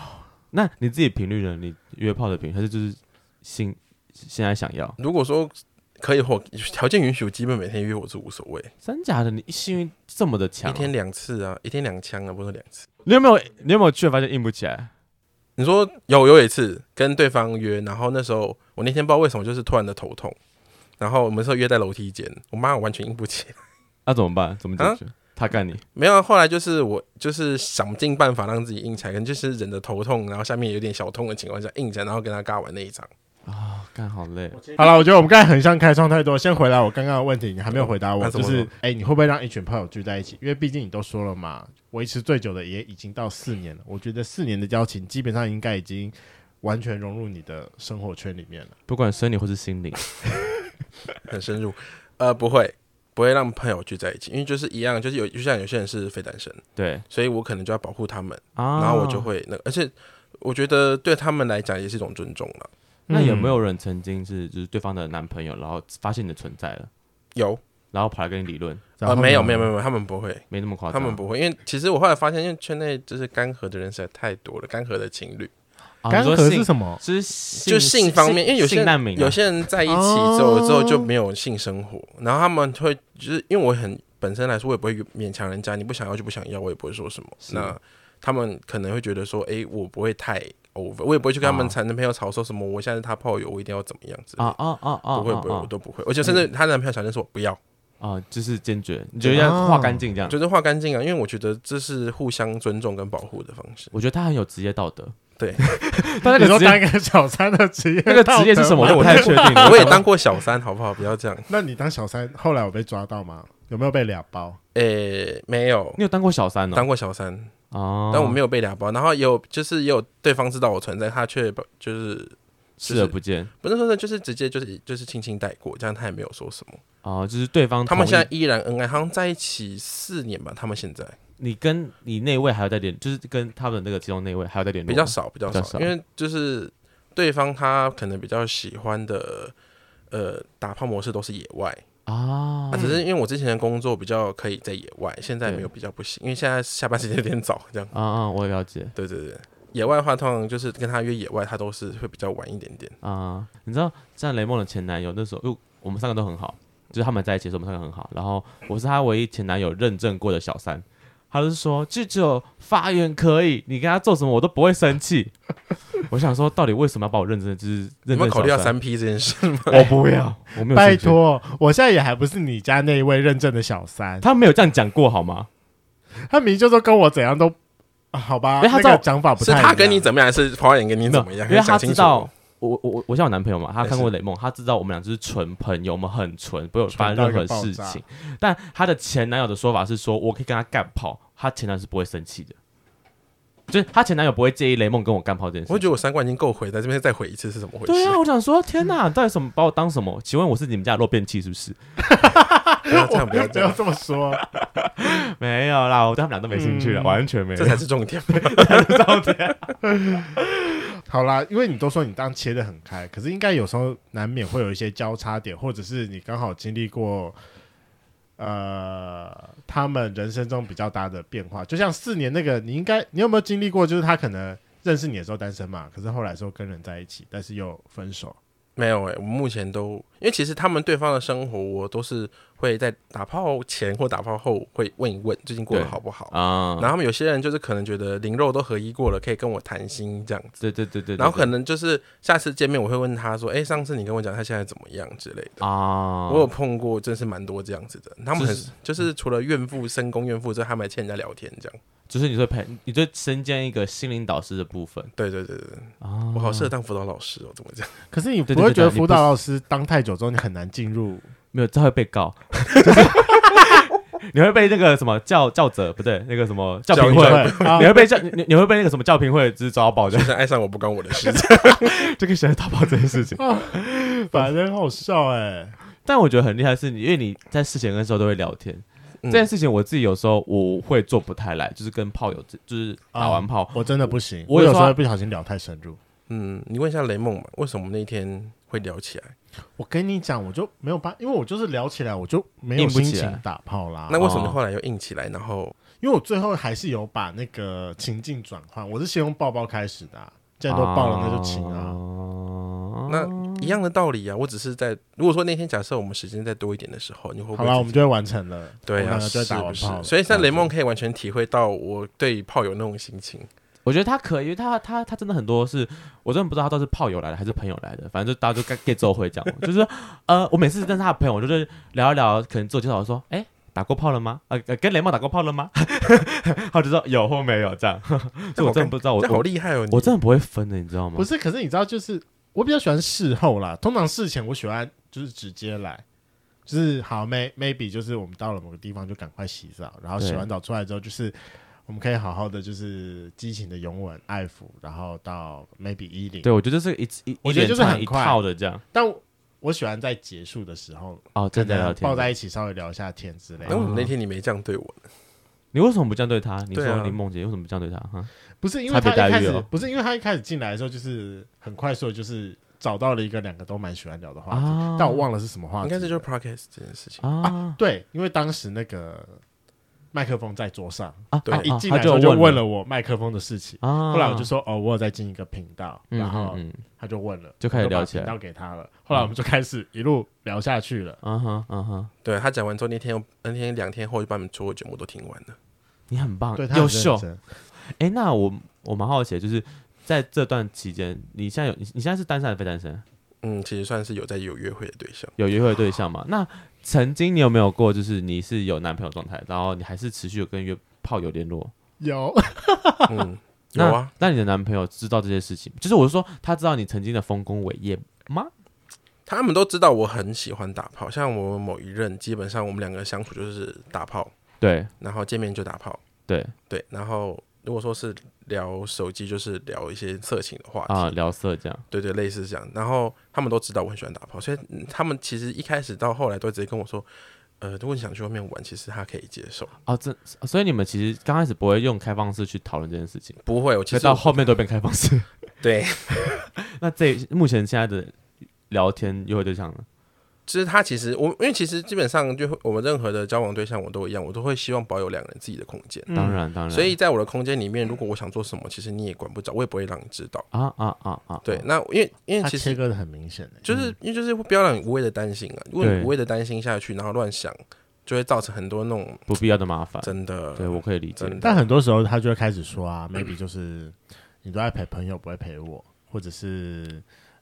Speaker 2: 那你自己频率呢？你约炮的频率还是就是现现在想要？
Speaker 3: 如果说可以或条件允许，我基本每天约我是无所谓，
Speaker 2: 真假的？你幸运这么的强
Speaker 3: 一
Speaker 2: 哦、
Speaker 3: 天两次啊，一天两枪啊，不是两次。
Speaker 2: 你有没有你有没有去了发现硬不起来？
Speaker 3: 你说有有一次跟对方约，然后那时候我那天不知道为什么就是突然的头痛，然后我们是约在楼梯间，我妈我完全硬不起来。
Speaker 2: 那、啊怎么办？怎么解决？他干你？
Speaker 3: 没有啊，后来就是我就是想尽办法让自己硬起来，可能就是忍着头痛，然后下面有点小痛的情况下硬起来，然后跟他尬完那一场。
Speaker 2: 哦干好累。
Speaker 1: 好了，我觉得我们刚才很像开创太多。先回来我刚刚的问题，你还没有回答我，
Speaker 3: 那怎
Speaker 1: 就
Speaker 3: 么
Speaker 1: 是
Speaker 3: 说
Speaker 1: 哎、你会不会让一群朋友聚在一起？因为毕竟你都说了嘛，维持最久的也已经到四年了。我觉得四年的交情基本上应该已经完全融入你的生活圈里面了。
Speaker 2: 不管生理或是心理，
Speaker 3: 很深入。呃，不会，不会让朋友聚在一起，因为就是一样，就是有就像有些人是非单身，
Speaker 2: 对
Speaker 3: 所以我可能就要保护他们，
Speaker 2: 啊，
Speaker 3: 然后我就。会那个，而且我觉得对他们来讲也是一种尊重了。
Speaker 2: 那
Speaker 3: 嗯
Speaker 2: 有没有人曾经是就是对方的男朋友，然后发现你的存在了，
Speaker 3: 有
Speaker 2: 然后跑来跟你理论？
Speaker 1: 然
Speaker 3: 呃，
Speaker 1: 后呢
Speaker 3: 没有没有没有，没有他们不会，
Speaker 2: 没那么夸
Speaker 3: 他
Speaker 2: 张。
Speaker 3: 们不会，因为其实我后来发现，因为圈内就是干涸的人实在太多了，干涸的情侣
Speaker 2: 啊、
Speaker 1: 干
Speaker 2: 你说
Speaker 1: 涸是
Speaker 2: 性
Speaker 1: 什么？
Speaker 2: 就是性
Speaker 3: 就性方面，因为有些
Speaker 2: 性
Speaker 3: 人
Speaker 2: 难民啊、
Speaker 3: 有些人在一起之后之后就没有性生活，然后他们会就是因为我很本身来说，我也不会勉强人家，你不想要就不想要，我也不会说什么。
Speaker 2: 是
Speaker 3: 那他们可能会觉得说，诶，我不会太 over，我也不会去跟他们
Speaker 2: 啊
Speaker 3: 男朋友吵说什么，我现在是他炮友，我一定要怎么样子。
Speaker 2: 啊啊啊啊，
Speaker 3: 不会不会，
Speaker 2: 啊
Speaker 3: 我都不会。而且甚至她男朋友想认识我，不要，
Speaker 2: 啊，就是坚决，你觉得要化干净这样？
Speaker 3: 啊就是画干净啊，因为我觉得这是互相尊重跟保护的方式。
Speaker 2: 我觉得他很有职业道德。
Speaker 3: 对，
Speaker 2: 但那
Speaker 1: 你
Speaker 2: 个
Speaker 1: 说
Speaker 2: 职业
Speaker 1: 当一个小三的职业，
Speaker 2: 那个 职业是什么？？我不太确定。
Speaker 3: 我也当过小三，好不好？不要这样。
Speaker 1: 那你当小三，后来我被抓到吗？有没有被俩包？
Speaker 3: 诶，没有
Speaker 2: 你有当过小三哦？
Speaker 3: 当过小三，
Speaker 2: 哦，
Speaker 3: 但我没有被俩包，然后也有就是也有对方知道我存在，他却把就是
Speaker 2: 视而不见
Speaker 3: 不是说呢，就是直接就是就是轻轻带过，这样他也没有说什么。
Speaker 2: 哦，就是对方
Speaker 3: 他们
Speaker 2: 同
Speaker 3: 现
Speaker 2: 意
Speaker 3: 在依然恩爱，好像在一起四年吧，他们现在
Speaker 2: 你跟你那位还有在联，就是跟他们的那个其中那位还有在联络，
Speaker 3: 比较少，比较
Speaker 2: 比较少
Speaker 3: 少，因为就是对方他可能比较喜欢的。呃，打炮模式都是野外，
Speaker 2: 啊
Speaker 3: 啊，。只是因为我之前的工作比较可以在野外，现在没有比较不行，因为现在下班时间有点早，这样。
Speaker 2: 啊啊，我了解
Speaker 3: 对对对，野外的话，通常就是跟他约野外，他都是会比较晚一点点。
Speaker 2: 啊。你知道，像雷梦的前男友那时候，因为我们三个都很好，就是他们在一起的时候，我们三个很好。然后我是他唯一前男友认证过的小三，他就是说，就只有发言可以，你跟他做什么我都不会生气。 我想说，到底为什么要把我认证，就是
Speaker 3: 有
Speaker 2: 认
Speaker 3: 没
Speaker 2: 证
Speaker 3: 有考虑到
Speaker 2: 小三
Speaker 3: 三 P 这件事？
Speaker 2: 我不要，我没有。
Speaker 1: 拜，托，我现在也还不是你家那一位认证的小三，
Speaker 2: 他没有这样讲过好吗？
Speaker 1: 他明明就说跟我怎样都，啊好吧，
Speaker 2: 因为他
Speaker 1: 那
Speaker 2: 照
Speaker 1: 个讲法不
Speaker 3: 是
Speaker 1: 太一样。
Speaker 3: 他 跟你怎么样，还是黄远跟你怎么样？
Speaker 2: 因为
Speaker 3: 可以讲
Speaker 2: 他
Speaker 3: 清
Speaker 2: 知
Speaker 3: 楚哎
Speaker 2: 道我我我我像我男朋友嘛，他
Speaker 3: 没
Speaker 2: 看过
Speaker 3: 事
Speaker 2: 雷梦，他知道我们俩就是纯朋友，我们很纯，不会有
Speaker 1: 纯
Speaker 2: 发生
Speaker 1: 到
Speaker 2: 任
Speaker 1: 一个
Speaker 2: 何
Speaker 1: 爆
Speaker 2: 事
Speaker 1: 炸
Speaker 2: 情。但他的前男友的说法是说，我可以跟他干炮，他前男友是不会生气的。就是她前男友不会介意雷梦跟我干炮这件事
Speaker 3: 我会
Speaker 2: 情。
Speaker 3: 觉得我三观已经够回，在这边再回一次是怎么回事？
Speaker 2: 对 啊，我想说，天哪，到底什么把我当什么？请问我是你们家的漏便器是不是？
Speaker 3: 不要这样，不要
Speaker 1: 不
Speaker 3: 这
Speaker 1: 要
Speaker 3: 样，
Speaker 1: 这么说，
Speaker 2: 没有啦，我对他们俩都没兴趣了，
Speaker 1: 嗯
Speaker 2: 完全没有
Speaker 3: 这。才是重点。
Speaker 1: 好啦，因为你都说你当切的很开，可是应该有时候难免会有一些交叉点，或者是你刚好经历过，呃，他们人生中比较大的变化。就像四年那个，你应该你有没有经历过？就是他可能认识你的时候单身嘛，可是后来说跟人在一起，但是又分手。
Speaker 3: 没有哎、我目前都因为其实他们对方的生活，我都是会在打炮前或打炮后会问一问最近过得
Speaker 2: 对
Speaker 3: 好不好。
Speaker 2: 啊
Speaker 3: 然后他们有些人就是可能觉得灵肉都合一过了，可以跟我谈心这样子。
Speaker 2: 对对对对，对
Speaker 3: 然后可能就是下次见面，我会问他说：“哎、上次你跟我讲他现在怎么样之类的。”
Speaker 2: 啊，
Speaker 3: 我有碰过，真是蛮多这样子的。他们很
Speaker 2: 就是
Speaker 3: 就是除了怨妇、深宫怨妇之外，他们还欠人家聊天这样。
Speaker 2: 就是你会陪，你就身兼一个心灵导师的部分
Speaker 3: 对对对对，对
Speaker 2: 啊。
Speaker 3: 我好适合当辅导老师哦，怎么讲？
Speaker 1: 可是你
Speaker 2: 对
Speaker 1: 不会
Speaker 2: 对对
Speaker 1: 觉得
Speaker 2: 你不
Speaker 1: 辅导老师当太久之后，你很难进入
Speaker 2: 没有，这会被 告。就是你会被那个什么教教者不对，那个什么教评
Speaker 3: 教
Speaker 2: 会
Speaker 3: 育，
Speaker 1: 啊
Speaker 2: 你会被教你你会被那个什么教评会就是抓爆
Speaker 3: 就
Speaker 2: 的，
Speaker 3: 是爱上我不关我的事。
Speaker 2: 这个谁来打爆这件事情？
Speaker 1: 反正好笑哎、
Speaker 2: 但我觉得很厉害的是你，因为你在事前跟时候都会聊天，
Speaker 3: 嗯
Speaker 2: 这件事情我自己有时候我会做不太来，就是跟炮友就是啊打
Speaker 1: 啊
Speaker 2: 完炮，
Speaker 1: 我真的不行，
Speaker 2: 我
Speaker 1: 我
Speaker 2: 有
Speaker 1: 有时
Speaker 2: 时候
Speaker 1: 候会不小心聊太深入。
Speaker 3: 嗯，你问一下雷梦嘛，为什么那天会聊起来？
Speaker 1: 我跟你讲，我就没有办，因为我就是聊起来，我就没
Speaker 2: 硬
Speaker 1: 有
Speaker 2: 不
Speaker 1: 心
Speaker 2: 起
Speaker 1: 情
Speaker 2: 来
Speaker 1: 打炮啦。
Speaker 3: 那为什么
Speaker 2: 哦
Speaker 3: 后来又硬起来？然后
Speaker 1: 因为我最后还是有把那个情境转换，我是先用抱抱开始的、啊，既然都抱了，那就亲啊。
Speaker 2: 哦啊
Speaker 3: 那一样的道理啊，我只是在如果说那天假设我们时间再多一点的时候，你会不
Speaker 1: 好
Speaker 3: 会
Speaker 1: 啦，
Speaker 3: 自
Speaker 1: 我们就会完成了。
Speaker 3: 对
Speaker 1: 我
Speaker 3: 啊，
Speaker 1: 们两个就会打完
Speaker 3: 不是
Speaker 1: 炮了。？
Speaker 3: 所以像雷梦可以完全体会到我对炮友那种心情。
Speaker 2: 我觉得他可以，因为他他他真的很多是，我真的不知道他到底是炮友来的还是朋友来的，反正就大家就 get 周会这样，就是呃，我每次跟他的朋友，我就是聊一聊，可能自我介绍我说，哎、打过炮了吗？呃，呃跟雷梦打过炮了吗？ 他就说有或没有这样， 所以我真的不知道，我
Speaker 3: 这好
Speaker 2: 我
Speaker 3: 厉害哦！你
Speaker 2: 我真的不会分的，你知道吗
Speaker 1: 不？是，可是你知道，就是我比较喜欢事后啦。通常事前我喜欢就是直接来，就是好，may maybe 就是我们到了某个地方就赶快洗澡，然后洗
Speaker 2: 对
Speaker 1: 完澡出来之后，就是我们可以好好的就是激情的拥吻、爱抚，然后到 maybe 一零。
Speaker 2: 对，我觉得这是一一
Speaker 1: 我
Speaker 2: 一
Speaker 1: 觉得
Speaker 2: 连
Speaker 1: 就是
Speaker 2: 串
Speaker 1: 很
Speaker 2: 一
Speaker 1: 快
Speaker 2: 套的这样。
Speaker 1: 但我我喜欢在结束的时候，
Speaker 2: 哦，
Speaker 1: 可
Speaker 2: 正在聊
Speaker 1: 能
Speaker 2: 天
Speaker 1: 抱。在一起稍微聊一下天之类
Speaker 3: 那
Speaker 2: 嗯
Speaker 3: 为
Speaker 1: 的。
Speaker 3: 什么嗯那天你没这样对我呢？
Speaker 2: 你为什么不这样对他？你
Speaker 3: 对啊
Speaker 2: 说林梦姐为什么不这样对他？哈，
Speaker 1: 不是因为
Speaker 2: 差别
Speaker 1: 他一开
Speaker 2: 待遇
Speaker 1: 始
Speaker 2: 哦
Speaker 1: 不是因为他一开始进来的时候就是很快速，的，就是找到了一个两个都蛮喜欢聊的话题，
Speaker 2: 啊
Speaker 1: 但我忘了是什么话
Speaker 3: 应
Speaker 1: 题了，
Speaker 3: 该是就是 podcast 这件事情。
Speaker 2: 啊
Speaker 1: 对，因为当时那个麦克风在桌上，
Speaker 2: 啊！
Speaker 3: 对
Speaker 1: 他
Speaker 2: 啊
Speaker 1: 一进
Speaker 2: 他
Speaker 1: 来之后就
Speaker 2: 就
Speaker 1: 问
Speaker 2: 了
Speaker 1: 了我麦克风的事情，
Speaker 2: 啊，
Speaker 1: 后来我就说哦，我有在进一个频道，
Speaker 2: 嗯，
Speaker 1: 然后
Speaker 2: 嗯嗯
Speaker 1: 他就问了，
Speaker 2: 就开始聊起来
Speaker 1: 我就把频道给他了，后来我们就开始一路聊下去了。
Speaker 2: 嗯哼嗯哼，
Speaker 3: 对他讲完之后，那天又那天两天后就把你们所有节目都听完了。
Speaker 2: 你很棒
Speaker 1: 对，他
Speaker 2: 啊优
Speaker 1: 很认
Speaker 2: 秀。
Speaker 1: 真
Speaker 2: 哎、那我我蛮好奇的，就是在这段期间，你现在有你你现在是单身还是非单身？
Speaker 3: 嗯，其实算是有在有约会的对象。
Speaker 2: 有约会的对 象吗？那曾经你有没有过，就是你是有男朋友状态，然后你还是持续有跟约炮友联络？
Speaker 1: 有，
Speaker 3: 嗯，有
Speaker 2: 那
Speaker 3: 啊，
Speaker 2: 那你的男朋友知道这些事情，就是我是说他知道你曾经的丰功伟业
Speaker 3: 嗯
Speaker 2: 吗？
Speaker 3: 他们都知道我很喜欢打炮，像我某一任，基本上我们两个相处就是打炮，
Speaker 2: 对
Speaker 3: 然后见面就打炮，
Speaker 2: 对
Speaker 3: 对，然后如果说是聊手机，就是聊一些色情的话题，
Speaker 2: 啊、聊色这样
Speaker 3: 对对，类似这样。然后他们都知道我很喜欢打炮，所以嗯他们其实一开始到后来都直接跟我说，呃，如果你想去外面玩，其实他可以接受，
Speaker 2: 哦，这所以你们其实刚开始不会用开放式去讨论这件事情，
Speaker 3: 不会，我其
Speaker 2: 所以
Speaker 3: 实
Speaker 2: 到后面都变开放式。
Speaker 3: 对，
Speaker 2: 那这目前现在的聊天约会对象呢？
Speaker 3: 就是他其实我，因为其实基本上就会我们任何的交往对象我都一样，我都会希望保有两个人自己的空间。
Speaker 2: 当然
Speaker 1: 嗯
Speaker 2: 当然，
Speaker 3: 所以在我的空间里面，如果我想做什么，其实你也管不着，我也不会让你知道。
Speaker 2: 啊啊啊啊，
Speaker 3: 对，那因为因
Speaker 1: 他
Speaker 3: 为
Speaker 1: 嗯切
Speaker 3: 其实
Speaker 1: 割的很明显欸
Speaker 3: 就是因为就是不要让你无谓的担心啊，如果
Speaker 2: 对
Speaker 3: 你无谓的担心下去，然后乱想，就会造成很多那种
Speaker 2: 不必要的麻烦。
Speaker 3: 真的
Speaker 2: 对，我可以理解。
Speaker 3: 真的
Speaker 1: 但很多时候他就会开始说啊，maybe 就是你都在陪朋友，不会陪我，或者是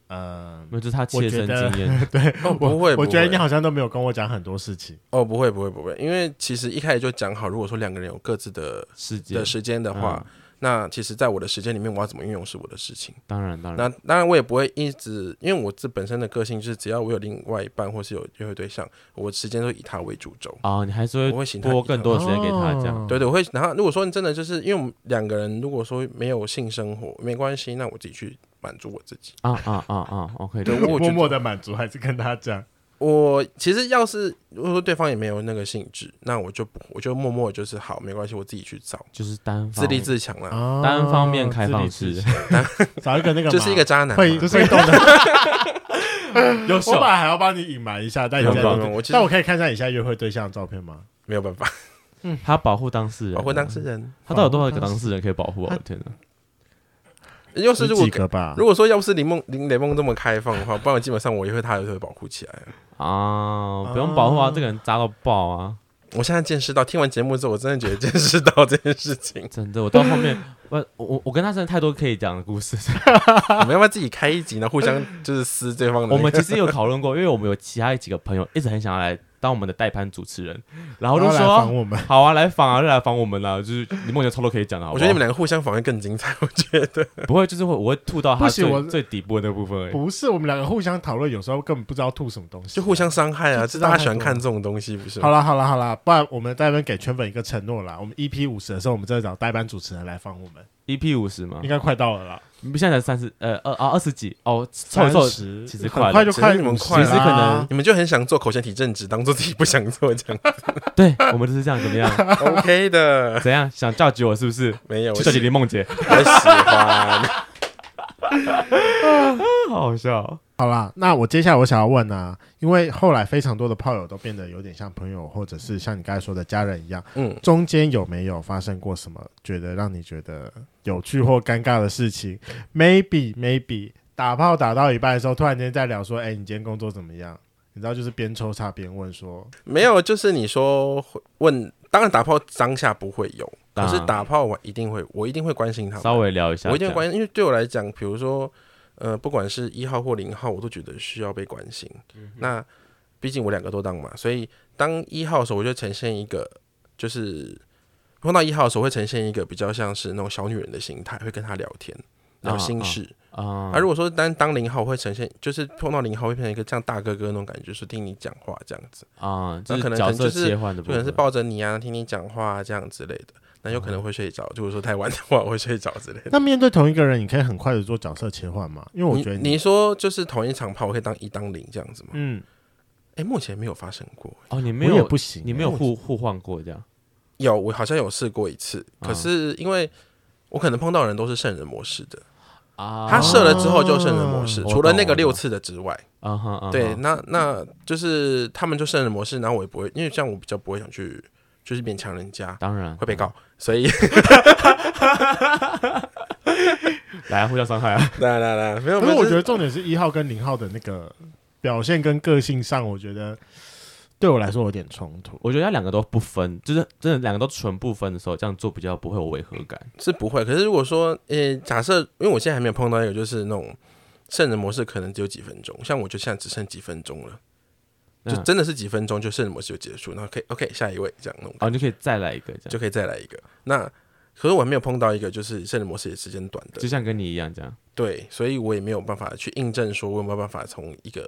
Speaker 1: 呃，
Speaker 2: 没有，这是他
Speaker 1: 我觉
Speaker 2: 切身
Speaker 1: 得
Speaker 2: 经验。
Speaker 3: 哦不会，
Speaker 1: 我觉得
Speaker 3: 不会
Speaker 1: 你好像都没有跟我讲很多事情。
Speaker 3: 哦不会不会不会，因为其实一开始就讲好，如果说两个人有各自的
Speaker 2: 世
Speaker 1: 嗯
Speaker 2: 界
Speaker 3: 的时间的话，那其实，在我的时间里面，我要怎么运用是我的事情。
Speaker 2: 当然当然
Speaker 3: 那，当然，我也不会一直，因为我自本身的个性就是，只要我有另外一半或是有约会对象，我时间都以他为主轴。
Speaker 2: 啊，你还是
Speaker 3: 我
Speaker 2: 会
Speaker 3: 会请他
Speaker 2: 拨更多的时间给他
Speaker 1: 哦
Speaker 2: 这样。
Speaker 3: 对对，我会。然后如果说你真的就是因为我们两个人，如果说没有性生活，没关系，那我自己去满足我自己。
Speaker 2: 啊啊啊啊！OK，
Speaker 3: 对
Speaker 1: 你默
Speaker 3: 我觉得
Speaker 1: 默的满足，还是跟他讲？
Speaker 3: 我其实要是如果说对方也没有那个兴致，那我就不，我就默默就是好，没关系，我自己去找，
Speaker 2: 就是单方
Speaker 3: 自立自强啦，
Speaker 1: 哦
Speaker 2: 单方面开放式，
Speaker 1: 自立自强找一个那个嘛，
Speaker 3: 就是一个渣男嘛。
Speaker 1: 会会动的。
Speaker 2: 优
Speaker 1: 我本来还要帮你隐瞒一下，但你
Speaker 2: 不
Speaker 1: 现在
Speaker 2: 用
Speaker 1: 都
Speaker 3: 不用我其实
Speaker 1: 但我可以看一下你现在约会对象的照片吗？
Speaker 3: 没有办法，
Speaker 2: 他保护当事人，
Speaker 3: 保护当事，人。
Speaker 2: 他到底有多少个当事人可以保护啊？我的天哪！
Speaker 3: 要是
Speaker 1: 十
Speaker 3: 如果
Speaker 1: 几个啊吧
Speaker 3: 如。果说要不是林梦林雷梦这么开放的话，不然我基本上我也会他也会保护起来。
Speaker 1: 哦
Speaker 2: 啊，不用保护啊，这个人渣到爆啊！。
Speaker 3: 我现在见识到，听完节目之后，我真的觉得见识到这件事情
Speaker 2: 真的，我到后面， 我我我跟他真的太多可以讲的故 事。
Speaker 3: 我们要不要自己开一集呢？互相就是撕对方的那个、
Speaker 2: 我们其实有讨论过，因为我们有其他几个朋友一直很想要来当我们的代班主持人，然后就
Speaker 1: 然后来访
Speaker 2: 说
Speaker 1: 我们，
Speaker 2: 好啊，来访啊，就来访我们啦，就是你梦游超多可以讲的，好
Speaker 3: 我
Speaker 2: 不
Speaker 3: 觉
Speaker 2: 好
Speaker 3: 得你们两个互相访问更精彩。我觉得
Speaker 2: 不会，就是会我会吐到他
Speaker 1: 不行我
Speaker 2: 最最底部的那部分而已。
Speaker 1: 不是，我们两个互相讨论，有时候根本不知道吐什么东西，
Speaker 3: 就互。相伤害啊，
Speaker 1: 就
Speaker 3: 知
Speaker 1: 知道
Speaker 3: 道他
Speaker 1: 太多了
Speaker 3: 喜欢看这种东西，不是
Speaker 1: 好
Speaker 3: 吗？
Speaker 1: 啦好啦好啦，不然我们在那边给圈粉一个承诺啦。我们 EP 五十的时候，我们再找代班主持人来访我们，
Speaker 2: EP E 五十嘛
Speaker 1: 应，该快到了啦。
Speaker 2: 你们现在才三十，呃，二啊二十几哦，凑一凑，其
Speaker 1: 十，
Speaker 2: 其实快了
Speaker 1: 很快就快
Speaker 3: 其实你们
Speaker 1: 50
Speaker 3: 快了
Speaker 2: 实可能
Speaker 1: 啦，
Speaker 3: 你们就很想做口嫌体正直，当做自己不想做这样
Speaker 2: 对我们就是这样，怎 么样？
Speaker 3: ，OK 的。
Speaker 2: 怎样？想教举我是不是？
Speaker 3: 没有，我
Speaker 2: 去
Speaker 3: 喜
Speaker 2: 叫起林梦姐，
Speaker 3: 我喜欢。
Speaker 2: 好笑。
Speaker 1: 好啦，那我接下来我想要问啊，因为后来非常多的炮友都变得有点像朋友，或者是像你刚才说的家人一样，
Speaker 3: 嗯，
Speaker 1: 中间有没有发生过什么觉得让你觉得有趣或尴尬的事情？Maybe maybe 打炮打到一半的时候，突然间在聊说，哎、你今天工作怎么样？你知道，就是边抽插边问说，
Speaker 3: 没有，就是你说问，当然打炮当下不会有，可是打炮完一定会，我一定会关心他们。
Speaker 2: 稍微聊一下，
Speaker 3: 我一定会关心，因为对我来讲，比如说，呃，不管是一号或零号，我都觉得需要被关心。
Speaker 2: 嗯
Speaker 3: 那毕竟我两个都当嘛，所以当一号的时候，我就呈现一个就是碰到一号的时候，会呈现一个比较像是那种小女人的心态，会跟她聊天聊
Speaker 2: 啊
Speaker 3: 心
Speaker 2: 啊
Speaker 3: 事。
Speaker 2: 啊
Speaker 3: 啊，如果说当当零号，我会呈现就是碰到零号会变成一个像大哥哥那种感觉，就是听你讲话这样子，
Speaker 2: 啊，就
Speaker 3: 那可
Speaker 2: 是
Speaker 3: 能
Speaker 2: 角
Speaker 3: 可能
Speaker 2: 色
Speaker 3: 就是
Speaker 2: 切换的部
Speaker 3: 就可
Speaker 2: 分，
Speaker 3: 能是抱着你啊，听你讲话、啊、这样之类的。那
Speaker 2: 啊
Speaker 3: 有可能会睡着，如果说太晚的话，我会睡着之类的。
Speaker 2: 呃
Speaker 1: 那面对同一个人，你可以很快的做角色切换吗？因为我
Speaker 3: 你
Speaker 1: 觉得
Speaker 3: 你说就是同一场炮，我可以当一当零这样子吗？
Speaker 1: 嗯，
Speaker 3: 哎、目前没有发生过。
Speaker 2: 哦，你没
Speaker 1: 我也
Speaker 2: 有
Speaker 1: 不行、
Speaker 2: 你没有互互换过这样
Speaker 3: 有，我好像有试过一次，
Speaker 2: 啊
Speaker 3: 可是因为我可能碰到的人都是圣人模式的，
Speaker 2: 啊
Speaker 3: 他射了之后就圣人模式，
Speaker 2: 我
Speaker 3: 除了那个
Speaker 2: 懂我
Speaker 3: 六
Speaker 2: 懂
Speaker 3: 次的之外，
Speaker 2: 啊哈啊哈，
Speaker 3: 对，那那就是他们就圣人模式，然后我也不会，因为这样我比较不会想去就是勉强人家
Speaker 2: 当然
Speaker 3: 会被告， 所以
Speaker 2: 来啊互相伤害啊，
Speaker 3: 来来来， 没有，
Speaker 1: 可
Speaker 3: 没
Speaker 1: 是
Speaker 3: 有
Speaker 1: 我
Speaker 3: 就
Speaker 1: 觉得重点是一号跟零号的那个表现跟个性上，我觉得对我来说有点冲突。
Speaker 2: 我觉得要两个都不分，就是真的两个都纯不分的时候，这样做比较不会有违和感。
Speaker 3: 是不会。可是如果说，呃，假设因为我现在还没有碰到一个就是那种圣人模式，可能只有几分钟，像我就现在只剩几分钟了。就
Speaker 2: 那
Speaker 3: 真的是几分钟就圣人模式就结束，然后可以 OK 下一位这样弄，
Speaker 2: 哦，你就可以再来一个这
Speaker 3: 就
Speaker 2: 样，
Speaker 3: 可以再来一个。那可是我还没有碰到一个就是圣人模式也时间短的
Speaker 2: 就，像跟你一样这样。
Speaker 3: 对，所以我也没有办法去印证说我有没有办法从一个。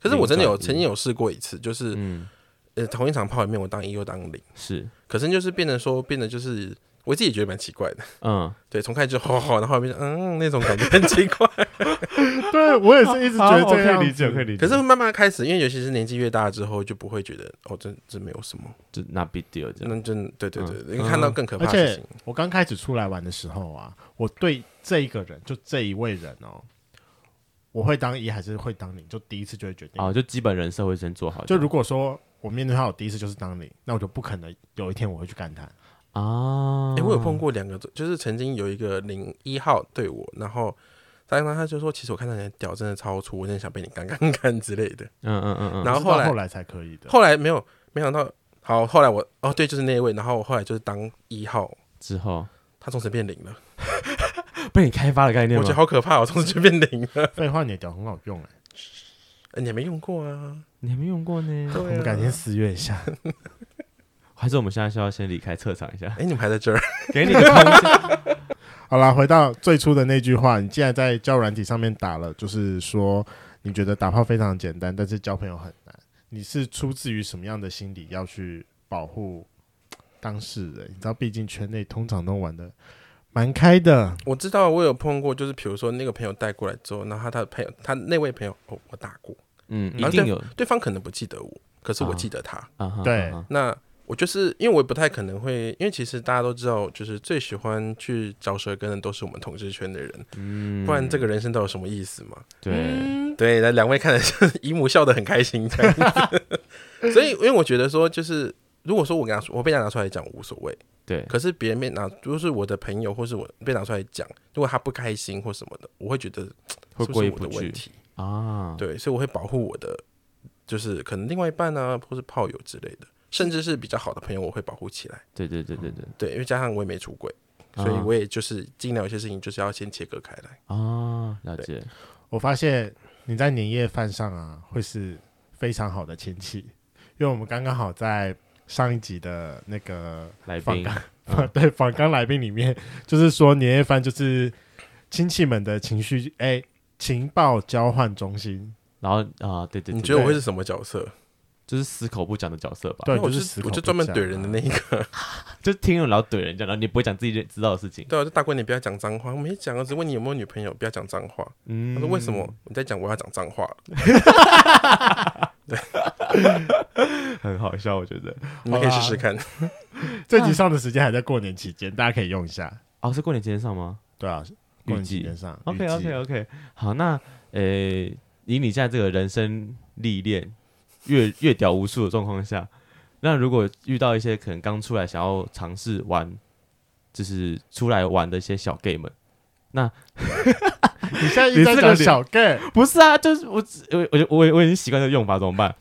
Speaker 3: 可是
Speaker 2: 零
Speaker 3: 我真的有
Speaker 2: 转一
Speaker 3: 曾经有试过一次，就是
Speaker 2: 嗯，
Speaker 3: 呃同一场炮里面我当一又当零，
Speaker 2: 是，
Speaker 3: 可是就是变成说变得就是我自己觉得蛮奇怪的，
Speaker 2: 嗯，
Speaker 3: 对，从开始就吼吼，然后后面就嗯那种感觉很奇 怪。
Speaker 1: 对我也是一直觉得
Speaker 2: 好
Speaker 1: 这个样子，
Speaker 2: 理
Speaker 3: 可是慢慢开始，因为尤其是年纪越大之后，就不会觉得哦这这没有什么，
Speaker 2: 就那 big deal 这样。
Speaker 3: 那真对对对，
Speaker 2: 嗯
Speaker 3: 因为看到更可
Speaker 1: 而
Speaker 3: 怕的事
Speaker 1: 且
Speaker 3: 情。
Speaker 1: 我刚开始出来玩的时候啊，我对这一个人，就这一位人哦，我会当一还是会当零，就第一次就会决定。
Speaker 2: 哦，就基本人设会先做好这
Speaker 1: 就
Speaker 2: 样。
Speaker 1: 如果说我面对他，我第一次就是当零，那我就不可能有一天我会去干他。
Speaker 2: 啊，
Speaker 3: 哎、我有碰过两个，就是曾经有一个零一号对我，然后当然他就说，其实我看到你的屌真的超粗，我真的想被你干干干之类的。
Speaker 2: 嗯，嗯嗯嗯，
Speaker 3: 然
Speaker 1: 我
Speaker 3: 后
Speaker 1: 是到
Speaker 3: 后来
Speaker 1: 后来才可以的。
Speaker 3: 后来没有，没想到，好，后来我哦对，就是那一位，然后我后来就是当一号，
Speaker 2: 之后
Speaker 3: 他从此变零了，
Speaker 2: 被你开发的概念
Speaker 3: 我觉得
Speaker 2: 吗？
Speaker 3: 好可怕、哦，从此就变零了。
Speaker 1: 废话，你的屌很好用哎、
Speaker 3: 哎你还没用过啊？
Speaker 2: 你还没用过呢，
Speaker 1: 我们改天私约一下。
Speaker 2: 还是我们现在需要先离开测场一下，
Speaker 3: 哎、你们还在这儿？
Speaker 2: 给你个空间。
Speaker 1: 好啦，回到最初的那句话，你既然在交友软体上面打了，就是说你觉得打炮非常简单，但是交朋友很难，你是出自于什么样的心理要去保护当事人？你知道，毕竟圈内通常都玩的蛮开的，
Speaker 3: 我知道我有碰过，就是比如说那个朋友带过来之后，然后他他的朋友，他那位朋友，哦，我打过，
Speaker 2: 嗯，一
Speaker 3: 然后
Speaker 2: 定有
Speaker 3: 对方可能不记得我，可是我记得他。
Speaker 2: 啊哈，
Speaker 1: 对
Speaker 2: 啊哈
Speaker 3: 那我就是因为我也不太可能会，因为其实大家都知道，就是最喜欢去嚼舌根的都是我们同志圈的人，
Speaker 2: 嗯
Speaker 3: 不然这个人嗯生到底有什么意思嘛？
Speaker 2: 对，
Speaker 3: 对，那两位看的是 姨母笑得很开心这样子， 所以因为我觉得说，就是如果说我跟他说，我被他拿出来讲无所谓，
Speaker 2: 对，
Speaker 3: 可是别人被拿，就是我的朋友或是我被拿出来讲，如果他不开心或什么的，我会觉得
Speaker 2: 会
Speaker 3: 是不
Speaker 2: 过
Speaker 3: 是
Speaker 2: 意
Speaker 3: 我的
Speaker 2: 不
Speaker 3: 问
Speaker 2: 去
Speaker 3: 题？
Speaker 2: 啊，
Speaker 3: 对，所以我会保护我的，就是可能另外一半啊，或是炮友之类的，甚至是比较好的朋友，我会保护起来。
Speaker 2: 对对对对对
Speaker 3: 对，因为加上我也没出轨，所以
Speaker 2: 啊
Speaker 3: 我也就是尽量有些事情就是要先切割开来。嗯
Speaker 2: 啊，了解，
Speaker 1: 我发现你在年夜饭上啊，会是非常好的亲戚，因为我们刚刚好在上一集的那个
Speaker 2: 来
Speaker 1: 访
Speaker 2: 宾
Speaker 1: 刚、 对访刚来宾里面，就是说年夜饭就是亲戚们的情绪哎、情报交换中心，
Speaker 2: 然后啊，对对，
Speaker 3: 你
Speaker 2: 对
Speaker 3: 觉得我
Speaker 2: 对
Speaker 3: 会是什么角色？
Speaker 2: 就是死口不讲的角色吧？
Speaker 1: 对，
Speaker 3: 那我
Speaker 1: 就是是
Speaker 3: 我就专门
Speaker 1: 啊
Speaker 3: 怼
Speaker 2: 啊
Speaker 3: 人的那一个。
Speaker 2: 就听了然后怼人家，然后你不会讲自己认知道的事情。
Speaker 3: 对啊，就大官你不要讲脏话，我没讲啊，只问你有没有女朋友，不要讲脏话。
Speaker 2: 嗯
Speaker 3: 他说为什么？你在讲我要讲脏话了？
Speaker 2: 很好笑？我觉得
Speaker 3: 你们可以试试看。
Speaker 1: 那这集上的时间还在过年期间，大家可以用一下。
Speaker 2: 哦，是过年期间上吗
Speaker 1: 对啊，过年期间上预计
Speaker 2: ？OK OK OK，好，那呃，以你现在这个人生历练，越越屌无数的状况下，那如果遇到一些可能刚出来想要尝试玩，就是出来玩的一些小 gay 们，
Speaker 1: 你现在一直在讲小 gay，
Speaker 2: 不是啊，就是我只我我就我也我已经习惯这个用法，怎么办？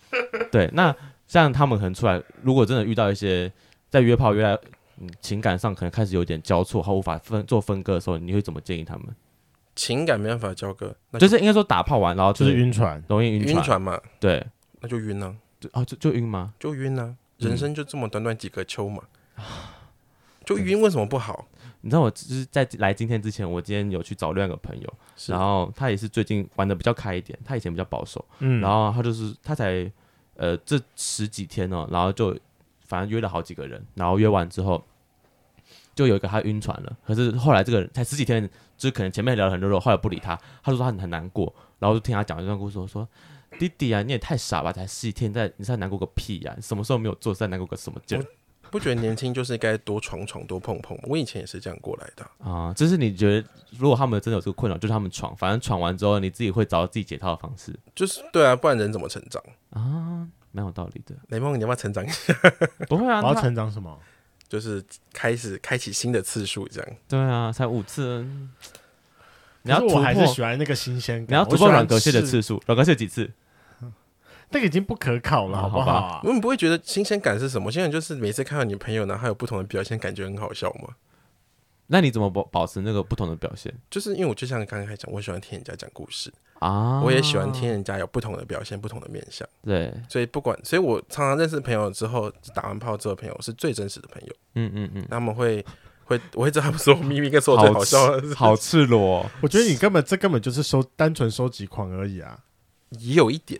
Speaker 2: 对，那像他们可能出来，如果真的遇到一些在约炮约来，嗯，情感上可能开始有点交错，他无法分做分割的时候，你会怎么建议他们？
Speaker 3: 情感没办法交割，那
Speaker 2: 就是应该说打炮完，然后就
Speaker 1: 就是
Speaker 2: 是
Speaker 1: 晕船。
Speaker 2: 容易晕
Speaker 3: 晕
Speaker 2: 船，
Speaker 3: 船嘛，
Speaker 2: 对，
Speaker 3: 那就晕啊，
Speaker 2: 就啊就就晕吗？
Speaker 3: 就晕啊，
Speaker 2: 嗯啊
Speaker 3: 人生就这么短短几个秋嘛，就晕为什么不好？
Speaker 2: 你知道我就是在来今天之前，我今天有去找另外一个朋友，
Speaker 3: 是
Speaker 2: 然后他 也是啊最近玩的比较开一点，他以前比较保守，
Speaker 1: 嗯，
Speaker 2: 然后他就是他才呃这十几天哦，然后就反正约了好几个人，然后约完之后就有一个他晕船了，可是后来这个人才十几天，就是可能前面聊得很热络，后来不理他，他就说他很很难过，然后就听他讲一段故事，我说。弟弟啊，你也太傻吧！才十几天在，你在难过个屁呀、你什么时候没有做，在难过个什么劲
Speaker 3: 不觉得年轻就是该多闯闯、多碰碰吗？我以前也是这样过来的啊。
Speaker 2: 啊？就是你觉得，如果他们真的有这个困扰，就是他们闯，反正闯完之后，你自己会找到自己解套的方式
Speaker 3: 就是对啊，不然人怎么成长？
Speaker 2: 啊，蛮有道理的。
Speaker 3: 雷梦，你要不要成长一下？
Speaker 2: 不会啊，
Speaker 1: 我要
Speaker 2: 他
Speaker 1: 成长什么？
Speaker 3: 就是开始开启新的次数，这样
Speaker 2: 对啊，才五次，你要
Speaker 1: 可是
Speaker 2: 突
Speaker 1: 我还是
Speaker 2: 破，
Speaker 1: 喜欢那个新鲜感。
Speaker 2: 你要
Speaker 1: 我
Speaker 2: 突
Speaker 1: 喜
Speaker 2: 破
Speaker 1: 欢
Speaker 2: 软壳蟹的
Speaker 1: 试
Speaker 2: 次数，软壳蟹几次？
Speaker 1: 那个已经不可考了，
Speaker 2: 啊
Speaker 1: 好不
Speaker 2: 好吧
Speaker 1: 好啊？
Speaker 3: 我们不会觉得新鲜感是什么？现在就是每次看到你朋友，然后他有不同的表现，感觉很好笑吗？
Speaker 2: 那你怎么保保持那个不同的表现
Speaker 3: 就是因为我就像刚才讲，我喜欢听人家讲故事，
Speaker 2: 啊？
Speaker 3: 我也喜欢听人家有不同的表现、不同的面相，
Speaker 2: 对，
Speaker 3: 所以不管，所以我常常认识朋友之后，打完炮之后，朋友是最真实的朋友，
Speaker 2: 嗯嗯嗯，
Speaker 3: 他们会会我会知道他们说秘密跟说我最好笑啊的 事，
Speaker 2: 好赤裸哦，
Speaker 1: 我觉得你根本这根本就是收单纯收集狂而已啊！
Speaker 3: 也有一点。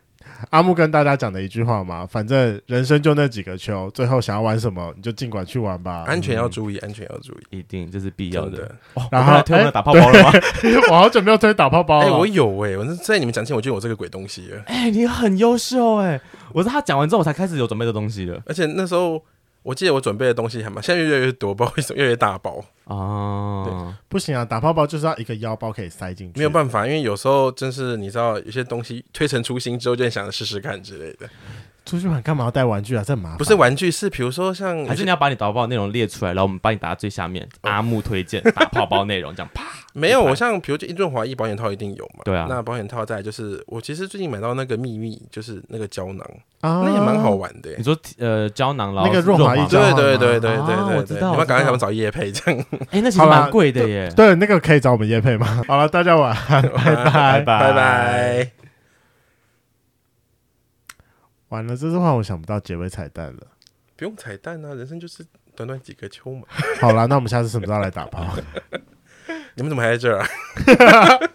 Speaker 1: 阿木跟大家讲的一句话嘛，反正人生就那几个球，最后想要玩什么你就尽管去玩吧。
Speaker 3: 安全要注意，安全要注意，
Speaker 2: 一定这是嗯必要
Speaker 3: 真
Speaker 2: 的。
Speaker 3: 的。
Speaker 2: 哦
Speaker 1: 然
Speaker 2: 我
Speaker 1: 后
Speaker 2: 刚才推我们
Speaker 1: 哎
Speaker 2: 的打泡包了吗？
Speaker 1: 我好久没有推打泡包了。
Speaker 3: 哎，
Speaker 2: 哦
Speaker 3: 我有哎，我在你们讲前我就有这个鬼东西了。
Speaker 2: 哎，你很优秀哎！我是他讲完之后，我才开始有准备的东西的
Speaker 3: 而且那时候我记得我准备的东西还蛮，现在越来越多，不知道为什么越来越大包，
Speaker 2: 啊。
Speaker 1: 不行啊，打泡泡就是要一个腰包可以塞进去，
Speaker 3: 没有
Speaker 2: 啊
Speaker 3: 办法，因为有时候真是你知道，有些东西推陈出新之后，就很想试试看之类的。
Speaker 1: 出去玩干嘛要带玩具啊？这很麻烦。
Speaker 3: 不是玩具，是比如说像
Speaker 2: 还是你要把你打包的内容列出来，然后我们帮你打到最下面。阿木推荐打泡包内容，这样啪。
Speaker 3: 没有，
Speaker 2: 一排
Speaker 3: 我像比如就一润滑液保险套一定有嘛。
Speaker 2: 对啊
Speaker 3: 那保险套再来就是，我其实最近买到那个秘密，就是那个胶囊，
Speaker 1: 啊，
Speaker 3: 那也蛮好玩的耶
Speaker 2: 你。说呃胶囊然后
Speaker 1: 那个
Speaker 2: 润
Speaker 1: 润滑液胶
Speaker 3: 对
Speaker 1: 囊
Speaker 3: 对
Speaker 1: 吗
Speaker 3: 对对
Speaker 2: 啊
Speaker 3: 对
Speaker 2: 我
Speaker 3: 对
Speaker 2: 知
Speaker 3: 对，
Speaker 2: 道
Speaker 3: 你
Speaker 2: 我
Speaker 3: 们
Speaker 2: 知
Speaker 3: 赶快
Speaker 2: 道
Speaker 3: 想找叶配这样。
Speaker 2: 哎，那其实
Speaker 1: 好啦
Speaker 2: 蛮贵的耶。
Speaker 1: 对，那个可以找我们叶配吗？好了，大家晚安，拜拜
Speaker 2: 拜
Speaker 3: 拜拜。
Speaker 1: 完了，这次话我想不到结尾彩蛋了。
Speaker 3: 不用彩蛋啊，人生就是短短几个秋嘛。
Speaker 1: 好啦，那我们下次什么时候来打炮？
Speaker 3: 你们怎么还在这儿啊？